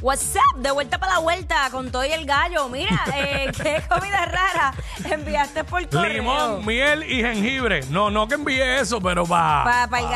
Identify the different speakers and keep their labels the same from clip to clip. Speaker 1: What's up? De vuelta para la vuelta con todo y el gallo. Mira, eh, qué comida rara enviaste por correo.
Speaker 2: Limón, miel y jengibre. No, no que envíe eso, pero para
Speaker 1: Para el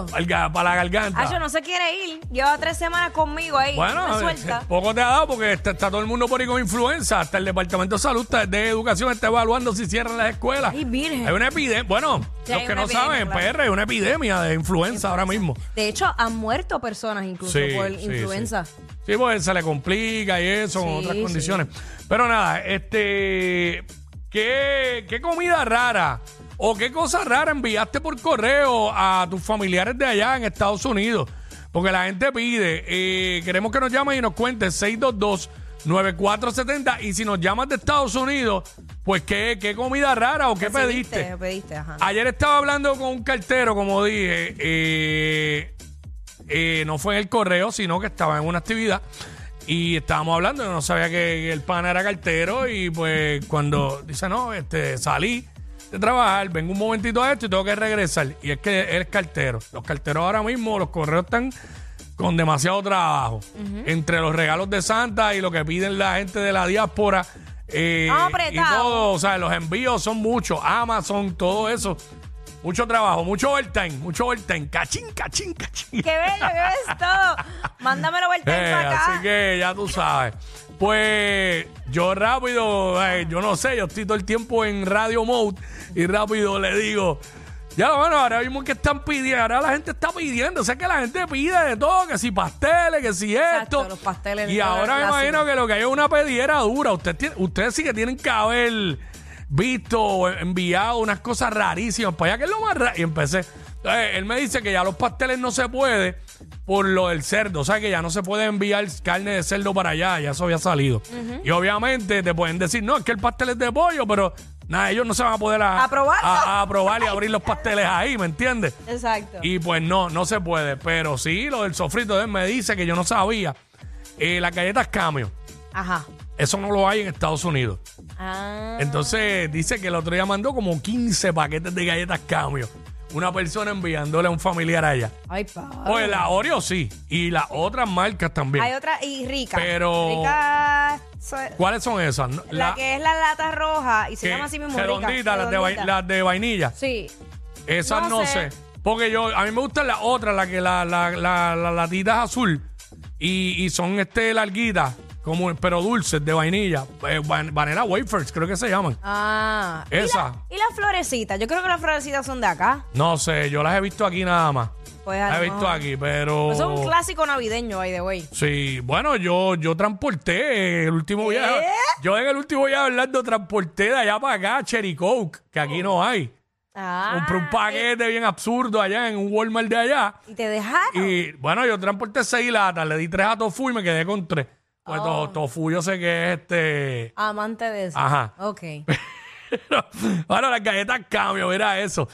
Speaker 1: gallito.
Speaker 2: la garganta.
Speaker 1: Ah, yo no se quiere ir. Lleva tres semanas conmigo ahí. no me
Speaker 2: Bueno, eh,
Speaker 1: suelta.
Speaker 2: poco te ha dado porque está, está todo el mundo por ahí con influenza. Hasta el Departamento de Salud está- de Educación está evaluando si cierran las escuelas.
Speaker 1: Ay, virgen.
Speaker 2: Hay una epidemia. Bueno,
Speaker 1: Sí,
Speaker 2: los
Speaker 1: hay
Speaker 2: que
Speaker 1: una
Speaker 2: no
Speaker 1: epidemia,
Speaker 2: saben,
Speaker 1: claro.
Speaker 2: PR, hay una epidemia de influenza ahora mismo.
Speaker 1: De hecho, han muerto personas incluso por
Speaker 2: sí,
Speaker 1: influenza.
Speaker 2: Sí, Sí, pues se le complica y eso, con
Speaker 1: Sí,
Speaker 2: otras
Speaker 1: sí.
Speaker 2: condiciones. Pero nada, este. ¿qué, qué comida rara o qué cosa rara enviaste por correo a tus familiares de allá en Estados Unidos? Porque la gente pide. eh, queremos que nos llamen y nos cuentes 622. 9470 y si nos llamas de Estados Unidos, pues qué, qué comida rara o qué
Speaker 1: Recibiste,
Speaker 2: pediste.
Speaker 1: Pediste, ajá.
Speaker 2: Ayer estaba hablando con un cartero, como dije, eh, eh, no fue en el correo, sino que estaba en una actividad y estábamos hablando, yo no sabía que el pana era cartero y pues cuando dice, no, este, salí de trabajar, vengo un momentito a esto y tengo que regresar. Y es que él es cartero. Los carteros ahora mismo, los correos están con demasiado trabajo. Entre los regalos de Santa y lo que piden la gente de la diáspora. eh,
Speaker 1: Estamos
Speaker 2: y
Speaker 1: apretados.
Speaker 2: todo o sea, los envíos son muchos, Amazon, todo eso. Mucho trabajo, mucho overtime, mucho overtime. Cachín, cachín, cachín.
Speaker 1: Qué bello, qué bello es todo. Mándamelo vuelta
Speaker 2: Eh,
Speaker 1: para acá.
Speaker 2: así que ya tú sabes. Pues yo rápido, eh, yo no sé, yo estoy todo el tiempo en radio mode y rápido le digo, ya bueno, ahora mismo que están pidiendo, ahora la gente está pidiendo, o sea que la gente pide de todo, que si pasteles, que si
Speaker 1: Exacto,
Speaker 2: esto.
Speaker 1: los pasteles
Speaker 2: y
Speaker 1: de
Speaker 2: ahora me
Speaker 1: clásico.
Speaker 2: imagino que lo que hay es una pediera dura. Ustedes, tienen- ustedes sí que tienen que haber visto o enviado unas cosas rarísimas para allá, que es lo más raro. Y empecé. Entonces, él me dice que ya los pasteles no se puede por lo del cerdo. O sea, que ya no se puede enviar carne de cerdo para allá. Ya eso había salido. Y obviamente te pueden decir, no, es que el pastel es de pollo, pero nada, ellos no se van a poder a,
Speaker 1: ¿A probarlo?
Speaker 2: a- a probar y abrir los pasteles ahí, ¿me entiendes?
Speaker 1: Exacto.
Speaker 2: Y pues no, no se puede. Pero sí, lo del sofrito de él me dice que yo no sabía. Eh, las galletas cameo.
Speaker 1: Ajá.
Speaker 2: Eso no lo hay en Estados Unidos.
Speaker 1: Ah.
Speaker 2: Entonces dice que el otro día mandó como 15 paquetes de galletas cameo. Una persona enviándole a un familiar allá.
Speaker 1: Ay, pa.
Speaker 2: Pues la Oreo sí. Y las otras marcas también.
Speaker 1: Hay otra, y rica.
Speaker 2: Pero-
Speaker 1: Rica. so-
Speaker 2: ¿Cuáles son esas? No,
Speaker 1: la, que es la lata roja y se
Speaker 2: que-
Speaker 1: llama así mismo. rica,
Speaker 2: redonditas, las de, vai-
Speaker 1: redondita.
Speaker 2: las de vainilla.
Speaker 1: Sí.
Speaker 2: Esas
Speaker 1: No
Speaker 2: no,
Speaker 1: sé.
Speaker 2: sé. Porque yo, a mí me gustan las otras, las que la, la, la, la latita es azul y, y son este larguitas, como, pero dulces de vainilla. Eh, van- vanilla wafers, creo que se llaman.
Speaker 1: Ah. ¿Y
Speaker 2: Esa.
Speaker 1: la- Y, las florecitas. Yo creo que las florecitas son de acá.
Speaker 2: No sé, yo las he visto aquí nada más.
Speaker 1: Pues, a
Speaker 2: las he
Speaker 1: lo
Speaker 2: Ah, visto
Speaker 1: mejor.
Speaker 2: aquí, pero.
Speaker 1: Pues son un clásico navideño, by the way.
Speaker 2: Sí, bueno, yo, yo transporté el último viaje. Yo en el último viaje hablando transporté de allá para acá Cherry Coke, que aquí no hay.
Speaker 1: Ah.
Speaker 2: Compré un paquete bien absurdo allá en un Walmart de allá.
Speaker 1: Y te dejaron.
Speaker 2: Y bueno, yo transporté seis latas, le di tres a Tofu y me quedé con tres. Pues
Speaker 1: Ah.
Speaker 2: to- Tofu yo sé que es este...
Speaker 1: Amante de eso.
Speaker 2: Ajá.
Speaker 1: Ok.
Speaker 2: bueno, las galletas cambio, mira eso.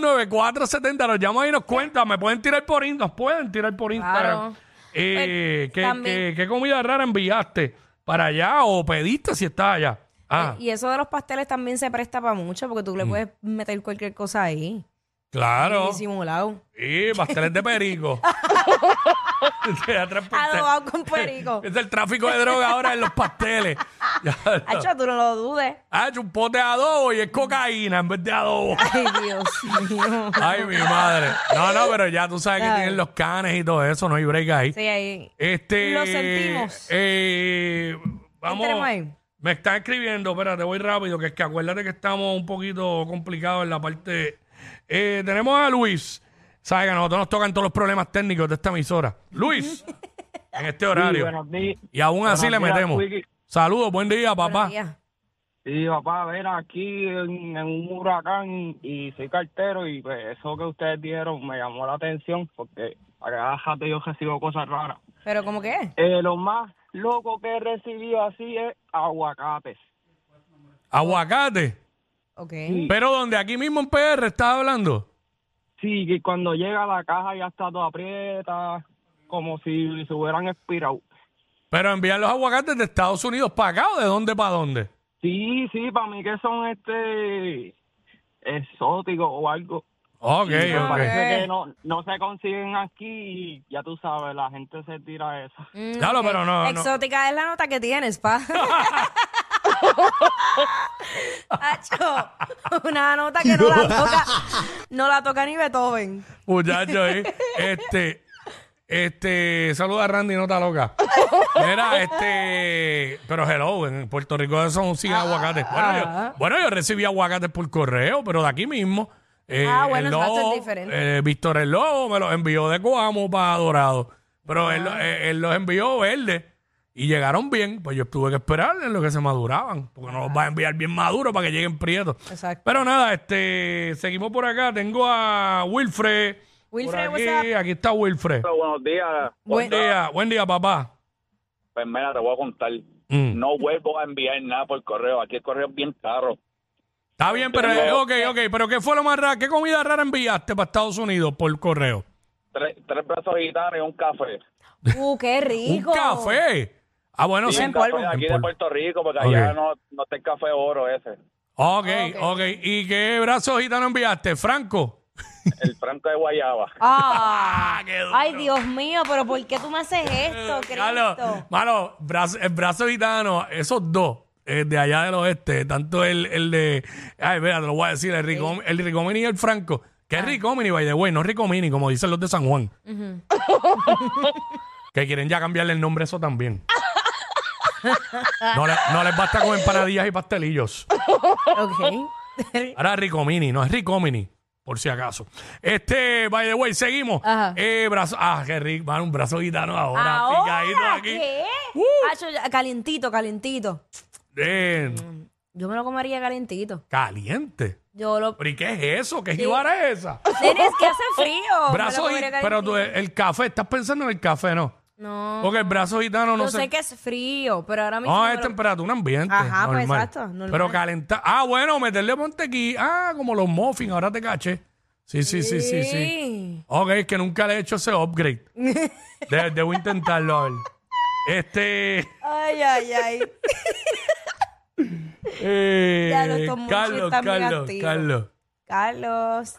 Speaker 2: 6229470, nos llaman y nos cuentan. Me pueden tirar por Instagram, nos pueden tirar por Instagram.
Speaker 1: Claro.
Speaker 2: Eh,
Speaker 1: Pues,
Speaker 2: ¿qué-
Speaker 1: también-
Speaker 2: qué, qué comida rara enviaste para allá o pediste si estás allá? Ah,
Speaker 1: Y eso de los pasteles también se presta para mucho porque tú le puedes meter cualquier cosa ahí.
Speaker 2: Mm. claro.
Speaker 1: Disimulado.
Speaker 2: Y pasteles de perico. Te da tres pasteles.
Speaker 1: Adobado con perico.
Speaker 2: es el tráfico de droga ahora en los pasteles. Ya lo-
Speaker 1: Hacho, tú no lo dudes.
Speaker 2: Ah, un pote de adobo y es cocaína en vez de adobo.
Speaker 1: Ay, Dios mío.
Speaker 2: Ay, mi madre. No, no, pero ya tú sabes que
Speaker 1: Ay.
Speaker 2: tienen los canes y todo eso, no hay break ahí.
Speaker 1: Sí, ahí.
Speaker 2: Este,
Speaker 1: Lo sentimos.
Speaker 2: eh, vamos.
Speaker 1: Entremos ahí.
Speaker 2: Me está escribiendo, espérate, voy rápido, que es que acuérdate que estamos un poquito complicados en la parte. Eh, tenemos a Luis. Sabes que a nosotros nos tocan todos los problemas técnicos de esta emisora. Luis, en este
Speaker 3: Sí,
Speaker 2: horario.
Speaker 3: buenos días.
Speaker 2: y aún así le
Speaker 3: buenos días,
Speaker 2: metemos.
Speaker 3: Quickie.
Speaker 2: Saludos, buen día, papá.
Speaker 1: Buenos días.
Speaker 3: Sí, papá, ver aquí en, en un huracán y soy cartero y pues, eso que ustedes dijeron me llamó la atención porque a cada jato yo recibo cosas raras.
Speaker 1: Pero, ¿cómo que es?
Speaker 3: Eh, lo más loco que he recibido así es aguacates.
Speaker 2: Aguacate.
Speaker 1: Ok.
Speaker 3: Sí,
Speaker 2: Pero donde aquí mismo en PR estás hablando.
Speaker 3: sí, que cuando llega a la caja ya está todo aprieta, como si se hubieran expirado.
Speaker 2: Pero envían los aguacates de Estados Unidos para acá o de dónde para dónde.
Speaker 3: Sí, sí, para mí que son este exóticos o algo.
Speaker 2: Ok,
Speaker 3: Me
Speaker 1: Ah,
Speaker 2: ok.
Speaker 3: parece
Speaker 1: ok.
Speaker 3: que no, no se consiguen aquí y ya tú sabes, la gente se tira eso.
Speaker 1: Mm,
Speaker 2: Claro,
Speaker 1: ok.
Speaker 2: pero Ah, no, no.
Speaker 1: Exótica es la nota que tienes, pa. Hacho, una nota que no la toca, no la toca ni Beethoven.
Speaker 2: Muchacho, ¿eh? este, este, saluda a Randy, no está loca. Mira, este, pero hello, en Puerto Rico eso aún
Speaker 1: Ah.
Speaker 2: siguen aguacates. Bueno yo, bueno, yo recibí aguacates por correo, pero de aquí mismo. Eh,
Speaker 1: Ah, bueno,
Speaker 2: el
Speaker 1: eso va a
Speaker 2: lobo,
Speaker 1: ser diferente.
Speaker 2: eh, Víctor el Lobo me los envió de Coamo para Dorado, pero él,
Speaker 4: Ah.
Speaker 2: lo- eh, él los envió verde y llegaron bien, pues yo tuve que esperar en lo que se maduraban, porque no los va a enviar bien maduros para que lleguen prietos.
Speaker 1: Exacto.
Speaker 2: Pero nada, este, seguimos por acá. Tengo a Wilfred.
Speaker 1: Wilfred,
Speaker 2: por aquí.
Speaker 1: what's up?
Speaker 2: aquí está Wilfred.
Speaker 4: buenos días.
Speaker 2: Buen
Speaker 1: Bueno,
Speaker 2: día, buen día, papá.
Speaker 4: Pues mira, te voy a contar.
Speaker 2: Mm.
Speaker 4: No vuelvo a enviar nada por correo. Aquí el correo es bien caro.
Speaker 2: Está bien, pero eh, ok, ok. Pero ¿qué fue lo más raro? ¿Qué comida rara enviaste para Estados Unidos por correo?
Speaker 4: Tres, tres brazos gitanos y un café.
Speaker 1: Uh, qué rico.
Speaker 2: Un café. Ah, bueno,
Speaker 4: Y
Speaker 2: sí.
Speaker 4: un café de
Speaker 2: En
Speaker 4: aquí de
Speaker 2: polvo.
Speaker 4: Puerto Rico, porque
Speaker 2: Ok.
Speaker 4: allá no, no está el café oro ese.
Speaker 2: Ok,
Speaker 1: Ok.
Speaker 2: ok. ¿Y qué brazo gitano enviaste, Franco?
Speaker 4: El franco de guayaba.
Speaker 1: Ah.
Speaker 2: qué duro.
Speaker 1: Ay, Dios mío, pero ¿por qué tú me haces esto,
Speaker 2: Malo,
Speaker 1: Cristo?
Speaker 2: mano, brazo, el brazo gitano, esos dos, eh, de allá del oeste, tanto el, el de. Ay, mira, te lo voy a decir, el, Ricom- el Ricomini y el Franco. ¿Qué
Speaker 1: Ah.
Speaker 2: es Ricomini, by the way? No Ricomini, como dicen los de San Juan. que quieren ya cambiarle el nombre a eso también. no, le- no les basta con empanadillas y pastelillos.
Speaker 1: Ok.
Speaker 2: Ahora Ricomini, no es Ricomini, por si acaso. Este, by the way, seguimos.
Speaker 1: Ajá.
Speaker 2: Eh, brazo, ah, qué rico, mano, un brazo gitano ahora, picadito
Speaker 1: ¿Ahora
Speaker 2: aquí. Uh.
Speaker 1: qué? Hacho, ya- calientito, calientito.
Speaker 2: Eh,
Speaker 1: Yo me lo comería calientito.
Speaker 2: caliente.
Speaker 1: Yo lo...
Speaker 2: ¿Pero y qué es eso? ¿Qué jibara es esa?
Speaker 1: Nene, es que hace frío. Oh, Me lo
Speaker 2: Brazo
Speaker 1: comería
Speaker 2: gitano. Pero tú,
Speaker 1: calientito.
Speaker 2: el café, estás pensando en el café, ¿no?
Speaker 1: No.
Speaker 2: Porque el brazo gitano no
Speaker 1: yo sé.
Speaker 2: se-
Speaker 1: que es frío, pero ahora mismo.
Speaker 2: No,
Speaker 1: me
Speaker 2: es
Speaker 1: lo-
Speaker 2: temperatura ambiente.
Speaker 1: Ajá, pues,
Speaker 2: normal.
Speaker 1: exacto, normal.
Speaker 2: Pero calentar. Ah, bueno, meterle mantequilla. Ah, como los muffins, ahora te caché. Sí, sí, sí, sí, sí.
Speaker 1: Sí.
Speaker 2: Ok, es que nunca le he hecho ese upgrade. De- debo intentarlo, a ver. Este.
Speaker 1: Ay, ay, ay.
Speaker 2: eh,
Speaker 1: Ya, los tomuchis
Speaker 2: Carlos,
Speaker 1: están bien
Speaker 2: Carlos,
Speaker 1: activos.
Speaker 2: Carlos.
Speaker 1: Carlos.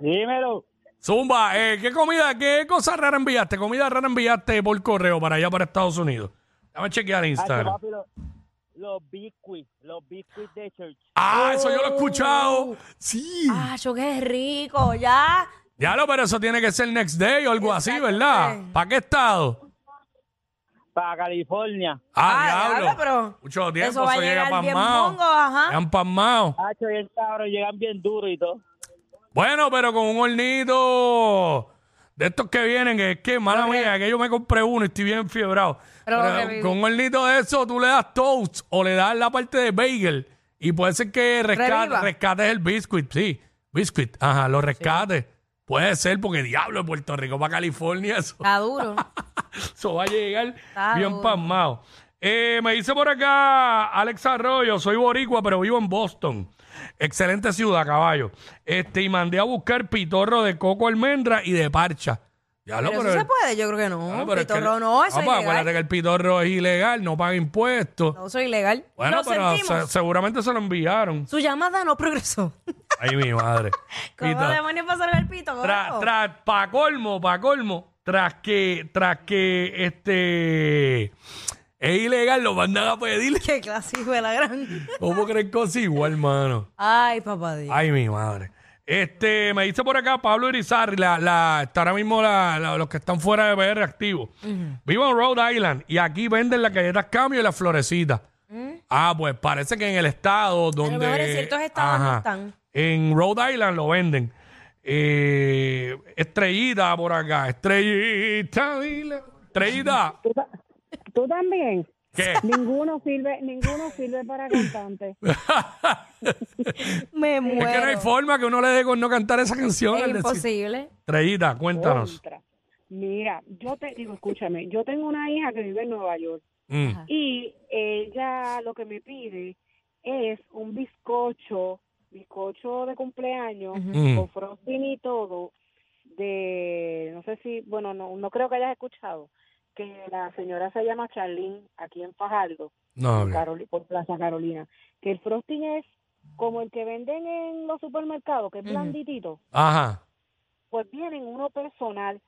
Speaker 3: Dímelo.
Speaker 2: Zumba, eh, ¿qué comida, qué cosa rara enviaste? Comida rara enviaste por correo para allá, para Estados Unidos. Déjame chequear Instagram.
Speaker 1: Ah,
Speaker 3: los biscuits, los biscuits de church.
Speaker 2: Ah, eso yo lo he escuchado. Sí.
Speaker 1: Oh. Ah, yo qué rico, ya.
Speaker 2: Ya lo, pero eso tiene que ser next day o algo así, ¿verdad?
Speaker 1: Exactamente.
Speaker 2: ¿Para qué estado?
Speaker 3: Para California.
Speaker 2: Ah,
Speaker 1: diablo,
Speaker 2: diablo.
Speaker 1: pero
Speaker 2: Mucho tiempo,
Speaker 1: Eso va a
Speaker 2: eso llega
Speaker 1: llegar bien ¿ah?
Speaker 2: pasmado.
Speaker 1: mongo, ajá.
Speaker 2: Llegan pasmado.
Speaker 3: Hacho, bien cabrón, llegan bien duro y todo.
Speaker 2: Bueno, pero con un hornito de estos que vienen, que es que, mala mía, que yo me compré uno y estoy bien fiebrado.
Speaker 1: Pero
Speaker 2: Pero
Speaker 1: lo que vi-
Speaker 2: con un hornito de eso, tú le das toast o le das la parte de bagel y puede ser que rescate,
Speaker 1: Reviva.
Speaker 2: rescates el biscuit, sí. Biscuit, ajá, lo rescates. Puede ser, porque diablo, de Puerto Rico para California, eso,
Speaker 1: Está duro.
Speaker 2: eso va a llegar
Speaker 1: Está
Speaker 2: bien
Speaker 1: duro.
Speaker 2: pasmado. Eh, me dice por acá Alex Arroyo, soy boricua, pero vivo en Boston. Excelente ciudad, caballo. Este, y mandé a buscar pitorro de coco almendra y de parcha. Ya lo
Speaker 1: pero eso se puede, yo creo que no.
Speaker 2: no, pero es que-
Speaker 1: Pitorro no, eso
Speaker 2: Ah,
Speaker 1: es
Speaker 2: pues,
Speaker 1: ilegal.
Speaker 2: acuérdate que el pitorro es ilegal, no paga impuestos.
Speaker 1: No, eso es ilegal.
Speaker 2: Bueno,
Speaker 1: lo
Speaker 2: pero
Speaker 1: sentimos.
Speaker 2: se- seguramente se lo enviaron.
Speaker 1: Su llamada no progresó.
Speaker 2: Ay, mi madre.
Speaker 1: ¿Cómo
Speaker 2: Pito-
Speaker 1: demonios pasaron el pito? gordo?
Speaker 2: Tras, para colmo, para colmo, tras que, tras que este es ilegal, lo mandan a pedir.
Speaker 1: Qué clásico de la gran.
Speaker 2: ¿Cómo creen cosas igual, mano?
Speaker 1: Ay, papá Dios.
Speaker 2: Ay, mi madre. Este, me dice por acá Pablo Irizarri, la, la, está ahora mismo la- la- los que están fuera de PR activos. Vivo en Rhode Island y aquí venden las galletas cambio y las florecitas. Ah, pues parece que en el estado donde.
Speaker 1: ¿Mm? mejor en ciertos estados no están.
Speaker 2: En Rhode Island lo venden. Eh, estrellita por acá, estrellita, dile. Estrellita,
Speaker 5: ¿Tú, ta- tú también?
Speaker 2: ¿qué?
Speaker 5: Ninguno sirve, ninguno sirve para cantante.
Speaker 1: Me muero.
Speaker 2: Es que no hay forma que uno le dé con no cantar esa canción.
Speaker 1: Es
Speaker 2: al decir-
Speaker 1: imposible.
Speaker 2: Estrellita, cuéntanos.
Speaker 5: Contra. Mira, yo te digo, escúchame, yo tengo una hija que vive en Nueva York
Speaker 2: Mm.
Speaker 5: y ella lo que me pide es un bizcocho, bizcocho de cumpleaños
Speaker 2: Ujú.
Speaker 5: con frosting y todo de no sé si, bueno, no no creo que hayas escuchado que la señora se llama Charlene aquí en Fajardo.
Speaker 2: No, ok.
Speaker 5: Caroli- por Plaza Carolina, que el frosting es como el que venden en los supermercados, que es blanditito,
Speaker 2: Ajá.
Speaker 5: pues vienen uno personal.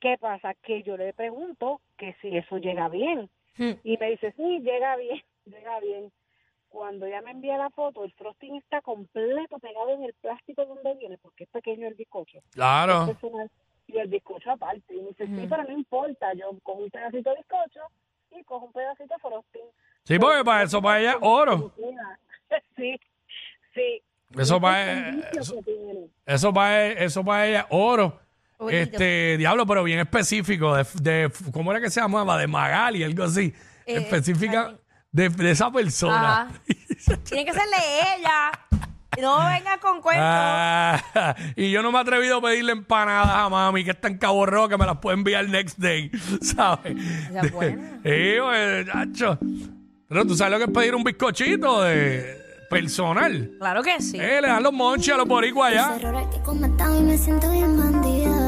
Speaker 5: ¿Qué pasa? Que yo le pregunto que si eso llega bien.
Speaker 1: Hmm.
Speaker 5: Y me dice, sí, llega bien, llega bien. Cuando ya me envía la foto, el frosting está completo pegado en el plástico donde viene, porque es pequeño el bizcocho.
Speaker 2: Claro.
Speaker 1: Este
Speaker 5: Es personal. Y el bizcocho aparte. Y me dice, sí, pero no importa, yo cojo un pedacito de bizcocho y cojo un pedacito de frosting.
Speaker 2: Sí, porque para eso, para ella, oro.
Speaker 5: Mira, sí, sí.
Speaker 2: Eso
Speaker 5: Ese
Speaker 2: va-
Speaker 5: es un vicio
Speaker 2: eso-
Speaker 5: que tiene.
Speaker 2: Eso para ella, eso para ella, oro.
Speaker 1: Bonito.
Speaker 2: Este, diablo, pero bien específico. De, de- ¿Cómo era que se llamaba? De Magali, algo así.
Speaker 1: Eh,
Speaker 2: Específica
Speaker 1: Magali. Ah, pues
Speaker 2: de, de esa persona.
Speaker 1: Ajá. Tiene que ser de ella. No venga con cuentos.
Speaker 2: Ah, y yo no me he atrevido a pedirle empanadas a mami, que está en Cabo Rojo, que me las puede enviar next day, ¿sabes?
Speaker 1: Esa es buena.
Speaker 2: Sí, pues, chacho. Pero tú sabes lo que es pedir un bizcochito de personal.
Speaker 1: Claro que sí.
Speaker 2: Eh, le dan los monches a los boricuas allá.
Speaker 6: Los errores que he cometido y me siento bien bandida.